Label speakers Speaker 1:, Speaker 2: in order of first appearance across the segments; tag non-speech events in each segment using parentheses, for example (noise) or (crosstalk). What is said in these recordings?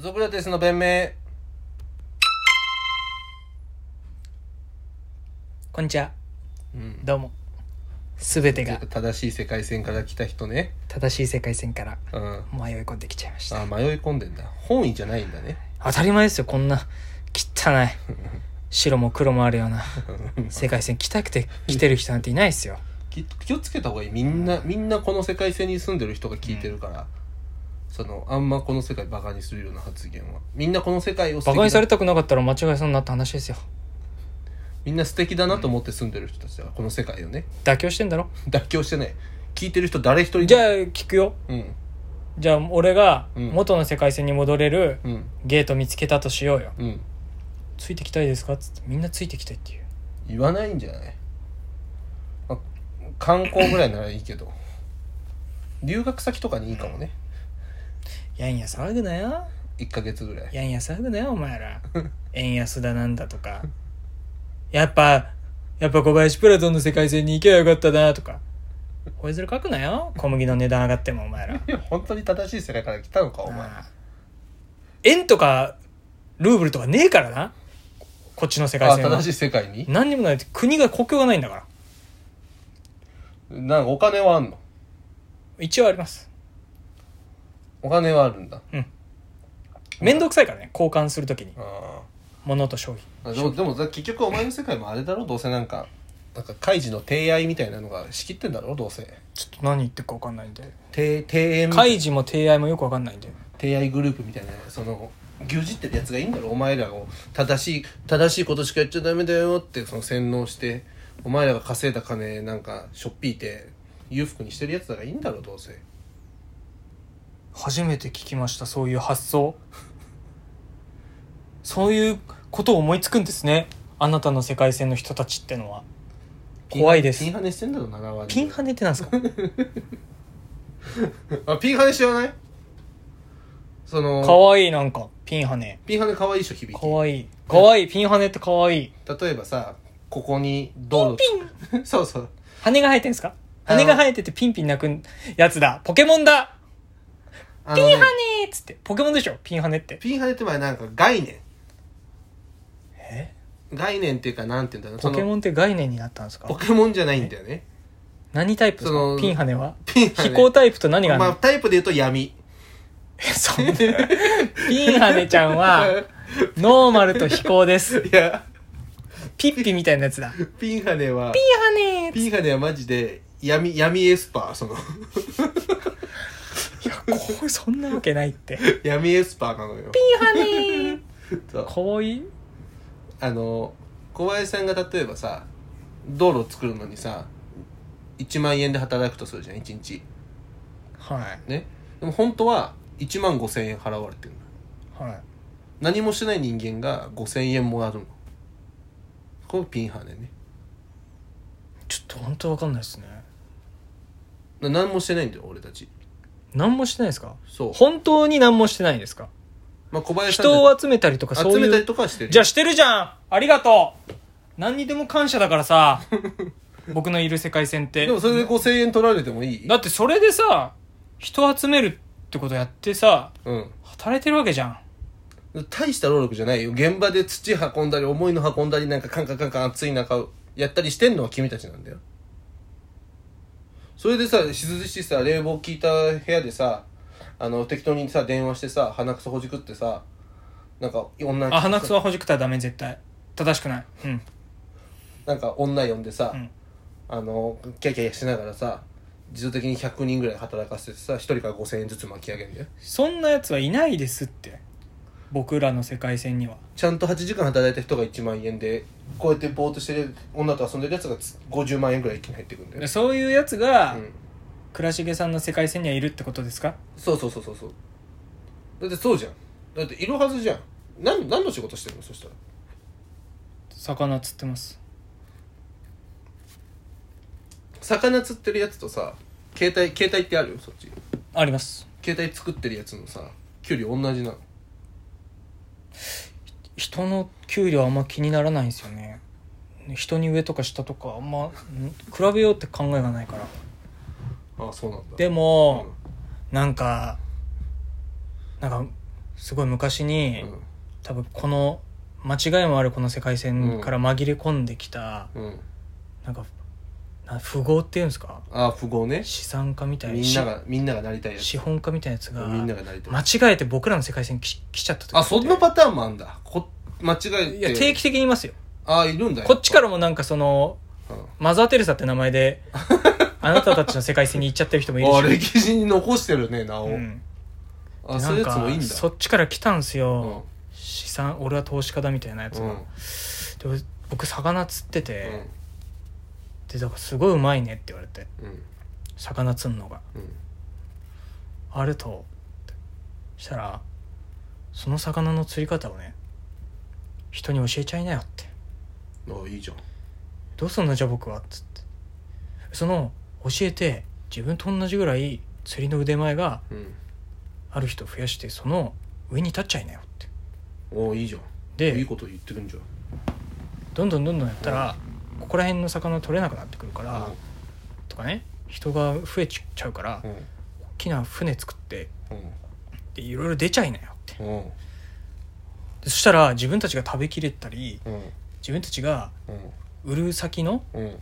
Speaker 1: ソクラテスの弁明。
Speaker 2: こんにちは
Speaker 1: うん。
Speaker 2: どうもすべてが
Speaker 1: 正しい世界線から来た人ね。
Speaker 2: 正しい世界線から
Speaker 1: うん。あ、
Speaker 2: 迷い込んできちゃいました
Speaker 1: 迷い込んでんだ。本意じゃないんだね。
Speaker 2: 当たり前ですよこんな
Speaker 1: (laughs)
Speaker 2: 汚い白も黒もあるような世界線来たくて来てる人なんていないですよ
Speaker 1: き気をつけた方がいい。みんな、みんなこの世界線に住んでる人が聞いてるから。その、あんまこの世界バカにするような発言は。みんなこの世 (laughs) 界を素
Speaker 2: バ
Speaker 1: 敵
Speaker 2: カにされ
Speaker 1: だ
Speaker 2: たくなかったら間違いそうになった話ですよ
Speaker 1: みんな素敵だなと思って住んでる人たちだから、この世界をね。
Speaker 2: 妥協してんだろ
Speaker 1: 妥協してない。聞いてる人誰一人いない
Speaker 2: じゃあ聞くよ
Speaker 1: うん。
Speaker 2: じゃあ俺が
Speaker 1: うん
Speaker 2: 元の世界線に戻れる
Speaker 1: うん。
Speaker 2: ゲート見つけたとしようよ
Speaker 1: うん。
Speaker 2: ついてきたいですかっつってみんなついてきたいっていう
Speaker 1: 言わないんじゃない、まあ観光ぐらいならいいけど留学先とかにいいかもね
Speaker 2: やんや騒ぐなよ
Speaker 1: 1ヶ月ぐらい (laughs)
Speaker 2: やんや騒ぐなよお前ら (laughs) 円安だなんだとかやっぱやっぱ小林プラトンの世界線に行けばよかったなとかほいずる書くなよ小麦の値段上がってもお前ら
Speaker 1: いや本当に正しい世界から来たのかお前
Speaker 2: ああ円とかルーブルとかねえからなこっちの世界
Speaker 1: あ
Speaker 2: 線は
Speaker 1: 正しい世界に
Speaker 2: 何にもない国が国境がないんだから
Speaker 1: なんかお金はあんの
Speaker 2: 一応あります
Speaker 1: お金はあるんだ
Speaker 2: 面倒くさいからね交換するときに
Speaker 1: あ
Speaker 2: 物と商品
Speaker 1: あでもでもだ結局お前の世界もあれだろどうせなんかなんか開示の提愛みたいなのが仕切ってんだろどうせ
Speaker 2: ちょっと何言ってるか分かんないんで
Speaker 1: 提提案
Speaker 2: 開示も提案もよく分かんないんで
Speaker 1: 提愛グループみたいなその牛耳ってるやつがいいんだろお前らを正しい正しいことしかやっちゃダメだよってその洗脳してお前らが稼いだ金なんかしょっぴいて裕福にしてるやつらがいいんだろどうせ
Speaker 2: 初めて聞きましたそういう発想そういうことを思いつくんですねあなたの世界線の人たちってのは怖いです
Speaker 1: ピンハネしてんだろ7割
Speaker 2: ピンハネってなんです (laughs) か
Speaker 1: ネあピンハネ知らないその
Speaker 2: かわいいなんかピンハネ
Speaker 1: ピンハネ可愛いでしょ響
Speaker 2: か
Speaker 1: き
Speaker 2: わいいかわいいピンハネってかわいい
Speaker 1: 例えばさここに道路
Speaker 2: ピンピ
Speaker 1: (laughs)
Speaker 2: ン
Speaker 1: そうそう
Speaker 2: 羽が生えてんすか羽が生えててピンピン鳴くやつだポケモンだ
Speaker 1: あ
Speaker 2: ピ
Speaker 1: の
Speaker 2: ン
Speaker 1: ね、
Speaker 2: ハネっつってポケモンでしょピンハネって
Speaker 1: ピンハネって前なんか概念
Speaker 2: え
Speaker 1: 概念っていうかなんて言うんだろう
Speaker 2: ポケ
Speaker 1: ン
Speaker 2: モンって概念になったんですか
Speaker 1: ポケモンじゃないんだよね
Speaker 2: 何タイプです
Speaker 1: そ
Speaker 2: か
Speaker 1: の
Speaker 2: ピンハネは
Speaker 1: ピンハネ
Speaker 2: 飛行タイプと何がある
Speaker 1: ま
Speaker 2: の、
Speaker 1: あ、タイプで言うと
Speaker 2: (laughs)
Speaker 1: 闇。
Speaker 2: そんなピンハネちゃ
Speaker 1: (laughs)
Speaker 2: ん (laughs) は、ノーマルと飛行です。
Speaker 1: いや、
Speaker 2: ピッピみたいなやつだ。ピン
Speaker 1: ピンハネは、
Speaker 2: ハネ
Speaker 1: ピンハネはマジで闇、闇エスパー、その、 (laughs)
Speaker 2: いや、こう、そんなわけないって。ピン
Speaker 1: 闇エスパーなのよ。
Speaker 2: ハネ
Speaker 1: そう
Speaker 2: かわいい
Speaker 1: あの、小林さんが例えばさ、道路を作るのにさ、1万円で働くとするじゃん、1日。
Speaker 2: はい。
Speaker 1: ね。でも本当は1万5千円払われてるの。
Speaker 2: はい。
Speaker 1: 何もしてない人間が5千円もらうの。これピンハネね。
Speaker 2: ちょっと本当わかんないですね。
Speaker 1: な何もしてないんだよ、俺たち。
Speaker 2: 何もしてないですか
Speaker 1: そう。
Speaker 2: 本当に何もしてないんですか
Speaker 1: まあ、小林さん
Speaker 2: 人を集めたりとか
Speaker 1: たち
Speaker 2: そう
Speaker 1: 集めた
Speaker 2: い
Speaker 1: り
Speaker 2: う。
Speaker 1: とかはしてるよ。
Speaker 2: じゃあしてるじゃんありがとう何にでも感謝だか
Speaker 1: (laughs)
Speaker 2: らさ。僕のいる世界線って。
Speaker 1: でもそれで5千円取られてもいい
Speaker 2: だってそれでさ、人集めるってことやってさ、
Speaker 1: うん。
Speaker 2: 働いてるわけじゃん。
Speaker 1: 大した労力じゃないよ現場で土運んだり重いの運んだりなんかカンカンカンカン暑い中やったりしてんのは君たちなんだよそれでさ静々しいさ冷房効いた部屋でさあの適当にさ電話してさ鼻くそほじくってさなんか女
Speaker 2: あ鼻くそはほじくったらダメ絶対正しくないうん
Speaker 1: なんか女呼んでさ、
Speaker 2: うん
Speaker 1: あのキャキャしながらさ自動的に100人ぐらい働かせてさ1人から5000円ずつ巻き上げるんだよ
Speaker 2: そんなやつはいないですって僕らの世界線には
Speaker 1: ちゃんと8時間働いた人が1万円でこうやってぼーっとしてる女と遊んでるやつがつ50万円ぐらい一気に入ってくるんだよ
Speaker 2: でそういうやつが、
Speaker 1: うん
Speaker 2: 倉重さんの世界線にはいるってことですか
Speaker 1: そうそうそうそうそうだってそうじゃんだっているはずじゃん何何の仕事してるのそしたら
Speaker 2: 魚釣ってます
Speaker 1: 魚釣ってるやつとさ携帯携帯ってあるよそっち
Speaker 2: あります
Speaker 1: 携帯作ってるやつのさ給料同じなの
Speaker 2: 人の給料あんま気にならないんですよね人に上とか下とかあんまん比べようって考えがないから
Speaker 1: ああそうなんだ
Speaker 2: で
Speaker 1: うん
Speaker 2: も、なんかなんかすごい昔に、
Speaker 1: うん
Speaker 2: 多分この間違いもあるこの世界線から紛れ込んできた、
Speaker 1: うん
Speaker 2: なんかな富豪っていうんですか
Speaker 1: ああ富豪ね
Speaker 2: 資産家みたい
Speaker 1: みんながみんながなりたいや
Speaker 2: し資
Speaker 1: つ
Speaker 2: 本家みたいなやつが
Speaker 1: みんながなりたい
Speaker 2: 間違えて僕らの世界線き来ちゃった時って
Speaker 1: あそんなパターンもあんだこ間違えて
Speaker 2: いや定期的にいますよ
Speaker 1: ああいるんだよ
Speaker 2: こっちからもなんかその
Speaker 1: うん
Speaker 2: マザー・テレサって名
Speaker 1: (laughs)
Speaker 2: 前であなたたちの世界線に行っちゃってる人もいるし
Speaker 1: ああ歴史に残してるねなお、
Speaker 2: うん、
Speaker 1: あ
Speaker 2: で
Speaker 1: そういうやつもいいんだ
Speaker 2: そっちから来たんす
Speaker 1: う
Speaker 2: よ
Speaker 1: ん、
Speaker 2: 資産俺は投資家だみたいなやつ
Speaker 1: う
Speaker 2: が、
Speaker 1: ん
Speaker 2: で僕魚釣ってて、でだからすごいうまいねって言われて
Speaker 1: うん
Speaker 2: 魚釣んのが
Speaker 1: うん
Speaker 2: あれとってしたらその魚の釣り方をね人に教えちゃいなよって
Speaker 1: うんああいいじゃん
Speaker 2: どうすんのじゃあ僕はっつってその教えて自分と同じぐらい釣りの腕前が
Speaker 1: うん
Speaker 2: ある人を増やしてその上に立っちゃいなよって
Speaker 1: おいいじゃん
Speaker 2: で
Speaker 1: いいこと言ってるんじゃん
Speaker 2: どんどんどんどんやったらここら辺の魚取れなくなってくるからとかね人が増えちゃうから
Speaker 1: う
Speaker 2: 大
Speaker 1: ん
Speaker 2: きな船作って
Speaker 1: うん
Speaker 2: でいろいろ出ちゃいなよって
Speaker 1: うん
Speaker 2: でそしたら自分たちが食べきれたり
Speaker 1: うん
Speaker 2: 自分たちが
Speaker 1: うん
Speaker 2: 売る先の
Speaker 1: うん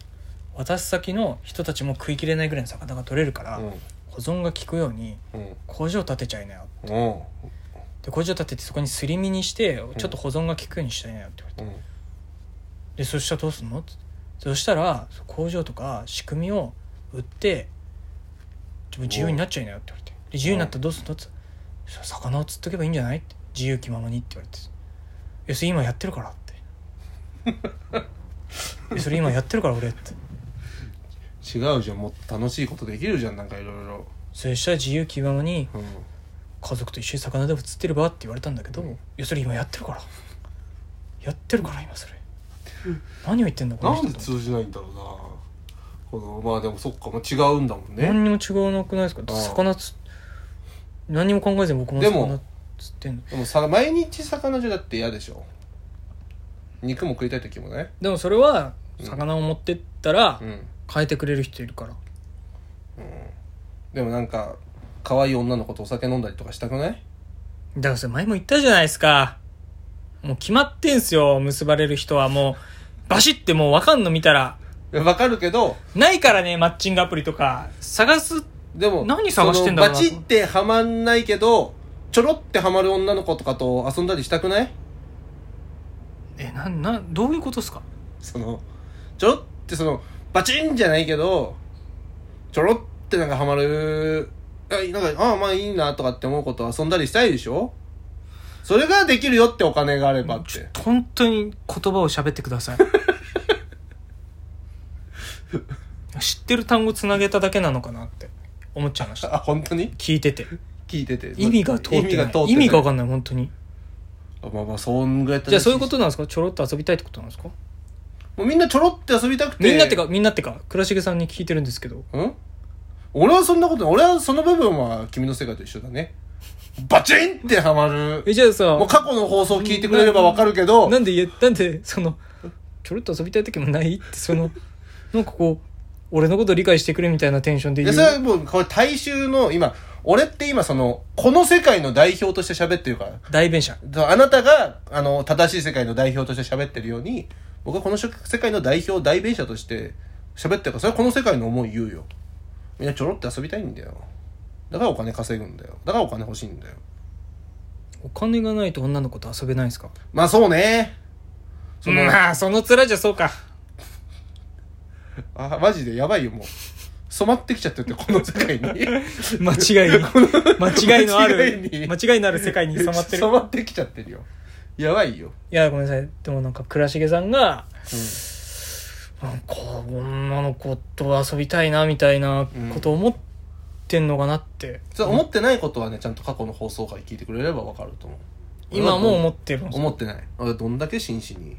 Speaker 2: 渡す先の人たちも食いきれないぐらいの魚が取れるから、
Speaker 1: うん
Speaker 2: 保存が効くように
Speaker 1: うん
Speaker 2: 工場建てちゃいなよ
Speaker 1: うん
Speaker 2: で工場建ててそこにすり身にしてちょっと保存が効くようにしたいなよって言われて、
Speaker 1: うん
Speaker 2: でそしたらどうすんのってそしたら工場とか仕組みを売って自分自由になっちゃいなよって言われてで自由になったらどうすんのってそしたら魚を釣っとけばいいんじゃないって自由気ままにって言われて「えそれ今やってるから」って (laughs) 「えそれ今やってるから俺」って
Speaker 1: 違うじゃんもっと楽しいことできるじゃんなんかいろいろ
Speaker 2: それしたら自由気ままに
Speaker 1: うん
Speaker 2: 家族と一緒に魚でも釣ってればって言われたんだけど、
Speaker 1: うん
Speaker 2: いやそれ今やってるからやってるから今それ何を言ってんだこの
Speaker 1: なん
Speaker 2: 人
Speaker 1: で
Speaker 2: と
Speaker 1: 通じないんだろうなこのまあでもそっかもう違うんだもんね
Speaker 2: 何にも違うなくないですか
Speaker 1: ああ
Speaker 2: 魚つ何にも考えずに僕も
Speaker 1: でも
Speaker 2: 魚釣ってんの
Speaker 1: でもさ毎日魚じゃだって嫌でしょ肉も食いたい時もね
Speaker 2: でもそれは
Speaker 1: うん
Speaker 2: 魚を持ってったら
Speaker 1: うん
Speaker 2: 変えてくれる人いるから、
Speaker 1: でもなんか可愛い女の子とお酒飲んだりとかしたくない
Speaker 2: だからそれ前も言ったじゃないですかもう決まってんすよ結ばれる人はもうバシッてもう分かんの見たら
Speaker 1: いやわかるけど
Speaker 2: ないからねマッチングアプリとか探す
Speaker 1: でも
Speaker 2: 何探してんだろうな
Speaker 1: そのバチってはまんないけどちょろってはまる女の子とかと遊んだりしたくない
Speaker 2: えなんなんどういうことですか
Speaker 1: そのちょろってそのバチンじゃないけどちょろってなんかはまるあなんかああまあいいなとかって思うこと遊んだりしたいでしょそれができるよってお金があればっ
Speaker 2: ちょ
Speaker 1: て
Speaker 2: っと本当に言葉を喋ってください知ってる単語つなげただけなのかなって思っちゃいました
Speaker 1: あ本当に
Speaker 2: 聞いてて
Speaker 1: 聞いてて
Speaker 2: 意味が通ってない
Speaker 1: 意味
Speaker 2: 意
Speaker 1: が
Speaker 2: 味
Speaker 1: 通
Speaker 2: が
Speaker 1: ってない
Speaker 2: わかんない本当に
Speaker 1: あまあまあそんぐらいだった
Speaker 2: じゃ
Speaker 1: ら
Speaker 2: あそういうことなんですかちょろっと遊びたいってことなんですか
Speaker 1: もうみんなちょろって遊びたくて
Speaker 2: みんなってかみんなってか倉重さんに聞いてるんですけど
Speaker 1: うん俺はそんなことない俺はその部分は君の世界と一緒だねバチンってハマる
Speaker 2: えじゃあさ
Speaker 1: もう過去の放送聞いてくれればわかるけど
Speaker 2: なんで言えなんでそのちょろっと遊びたい時もないってその (laughs) なんかこう俺のこと理解してくれみたいなテンションで
Speaker 1: い
Speaker 2: 言
Speaker 1: や
Speaker 2: う
Speaker 1: それはもうこれ大衆の今俺って今そのこの世界の代表として喋ってるから
Speaker 2: 代弁者
Speaker 1: そうあなたがあの正しい世界の代表として喋ってるように僕はこの世界の代表代弁者として喋ってるからそれはこの世界の思い言うよみんなちょろって遊びたいんだよだからお金稼ぐんだよだからお金欲しいんだよ
Speaker 2: お金がないと女の子と遊べないんですか
Speaker 1: まあそうねその、
Speaker 2: まあその面じゃそうか
Speaker 1: あマジでやばいよもう染まってきちゃっててこの世界に
Speaker 2: (laughs) 間違 (laughs) いに間違いのある
Speaker 1: 間違いに
Speaker 2: 間違いのある世界に染 (laughs) まってる
Speaker 1: 染まってきちゃってるよやばいよ、
Speaker 2: いやごめんなさいでもなんか倉重さんが
Speaker 1: うん
Speaker 2: なんか女の子と遊びたいなみたいなこと思ってんのかなって、
Speaker 1: そう思ってないことはねちゃんと過去の放送回聞いてくれればわかると思う
Speaker 2: 今もう思
Speaker 1: っ
Speaker 2: ってるんです
Speaker 1: 思ってない俺どんだけ真摯に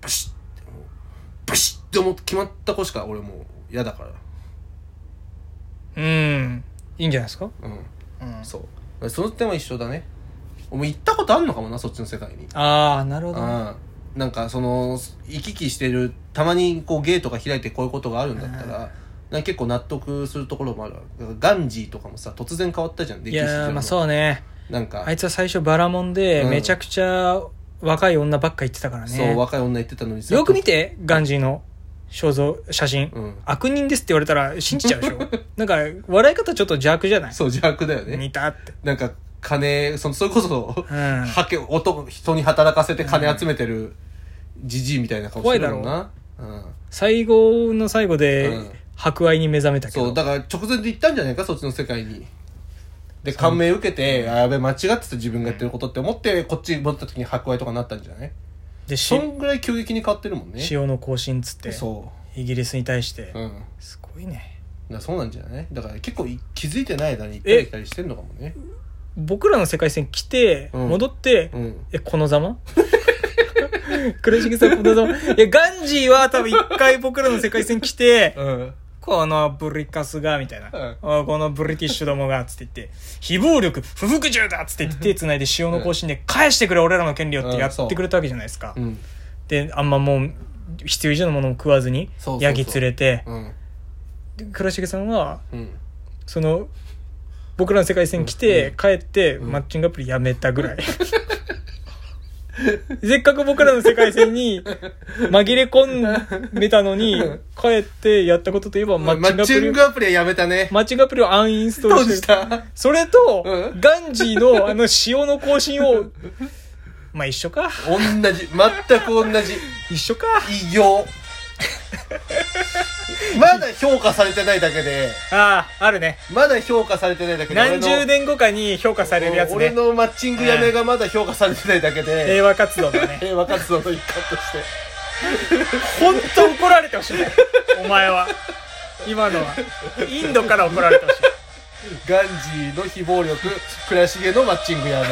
Speaker 1: ブシッてもうブシッて思って決まった子しか俺もう嫌だから
Speaker 2: うんいいんじゃないですか、
Speaker 1: うん
Speaker 2: うん、
Speaker 1: そうその点は一緒だねお前行ったことあんのかもなそっちの世界に
Speaker 2: ああなるほどね
Speaker 1: ああなんかその行き来してるたまにこうゲートが開いてこういうことがあるんだったらなんか結構納得するところもあるわだからガンジーとかもさ突然変わったじゃん歴史
Speaker 2: い
Speaker 1: 上の
Speaker 2: やーまあそうね
Speaker 1: なんか、
Speaker 2: あいつは最初バラモンで
Speaker 1: うん
Speaker 2: めちゃくちゃ若い女ばっか言ってたから
Speaker 1: そう
Speaker 2: ね、
Speaker 1: 若い女言ってたのにさ
Speaker 2: よく見てガンジーの肖像写真、
Speaker 1: うん
Speaker 2: 悪人ですって言われたら信じちゃ
Speaker 1: (laughs)
Speaker 2: うでしょなんか笑い方ちょっと邪悪じゃない
Speaker 1: そう邪悪だよね
Speaker 2: 似たって
Speaker 1: なんか金そのそれこそ、
Speaker 2: うん
Speaker 1: はけ男人に働かせて金集めてるじじいみたいな顔してるもんなうん、
Speaker 2: 最後の最後で、
Speaker 1: うん
Speaker 2: 博愛に目覚めたけ
Speaker 1: そう
Speaker 2: ど
Speaker 1: だから直前で行ったんじゃないかそっちの世界にで感銘受けて、あやべ間違ってた自分がやってることって思ってこっちに戻った時に博愛とかになったんじゃない
Speaker 2: でし
Speaker 1: そんぐらい急激に変わってるもんね
Speaker 2: 潮の行進っつって
Speaker 1: そ
Speaker 2: イギリスに対して、
Speaker 1: ううんだか
Speaker 2: すごいね
Speaker 1: らそうなんじゃないだから結構い気づいてない間に行ったり来たりしてんのかもね
Speaker 2: 僕らの世界線来て、
Speaker 1: うん
Speaker 2: 戻って、
Speaker 1: うん
Speaker 2: えこのざま (laughs) 黒重さんこのざまいやガンジーは多分一回僕らの世界線来て
Speaker 1: うん
Speaker 2: このブリカスがみたいな、
Speaker 1: う
Speaker 2: あこのブリティッシュどもがつって言って非暴力不服従だつって言って手繋いで潮の行進で返してくれ俺らの権利をってやってくれたわけじゃないですか、
Speaker 1: うん
Speaker 2: であんまもう必要以上のものも食わずに
Speaker 1: そうそうそう
Speaker 2: ヤギ連れて
Speaker 1: うん
Speaker 2: で倉重さんは
Speaker 1: うん
Speaker 2: その僕らの世界線来て、
Speaker 1: うん
Speaker 2: 帰って、マッチングアプリやめたぐらい (laughs) せっかく僕らの世界
Speaker 1: (laughs)
Speaker 2: 線に紛れ込んでたのに帰ってやったことといえばマ
Speaker 1: マ
Speaker 2: ッ
Speaker 1: ッ
Speaker 2: チ
Speaker 1: チ
Speaker 2: ン
Speaker 1: ン
Speaker 2: グ
Speaker 1: グ
Speaker 2: アプ
Speaker 1: アプリはやめたね
Speaker 2: リマッチングアプリをアンインストー
Speaker 1: どう
Speaker 2: ルし
Speaker 1: して
Speaker 2: る
Speaker 1: た
Speaker 2: それと、
Speaker 1: うん
Speaker 2: ガンジーのあの潮の更新をまあ一緒か
Speaker 1: 同じ全く同じ
Speaker 2: 一緒か
Speaker 1: 異 (laughs) 様まだ評価されてないだけで
Speaker 2: あああるね
Speaker 1: まだ評価されてないだけで
Speaker 2: 何十年後かに評価されるやつ
Speaker 1: 俺
Speaker 2: ね
Speaker 1: の俺のマッチングやめがまだ評価されてないだけで
Speaker 2: 平和活動だね
Speaker 1: 平和活動の一環として
Speaker 2: 本当怒られてほしいねお前は今のはインドから怒られてほしい
Speaker 1: ガンジーの非暴力倉重のマッチングやめ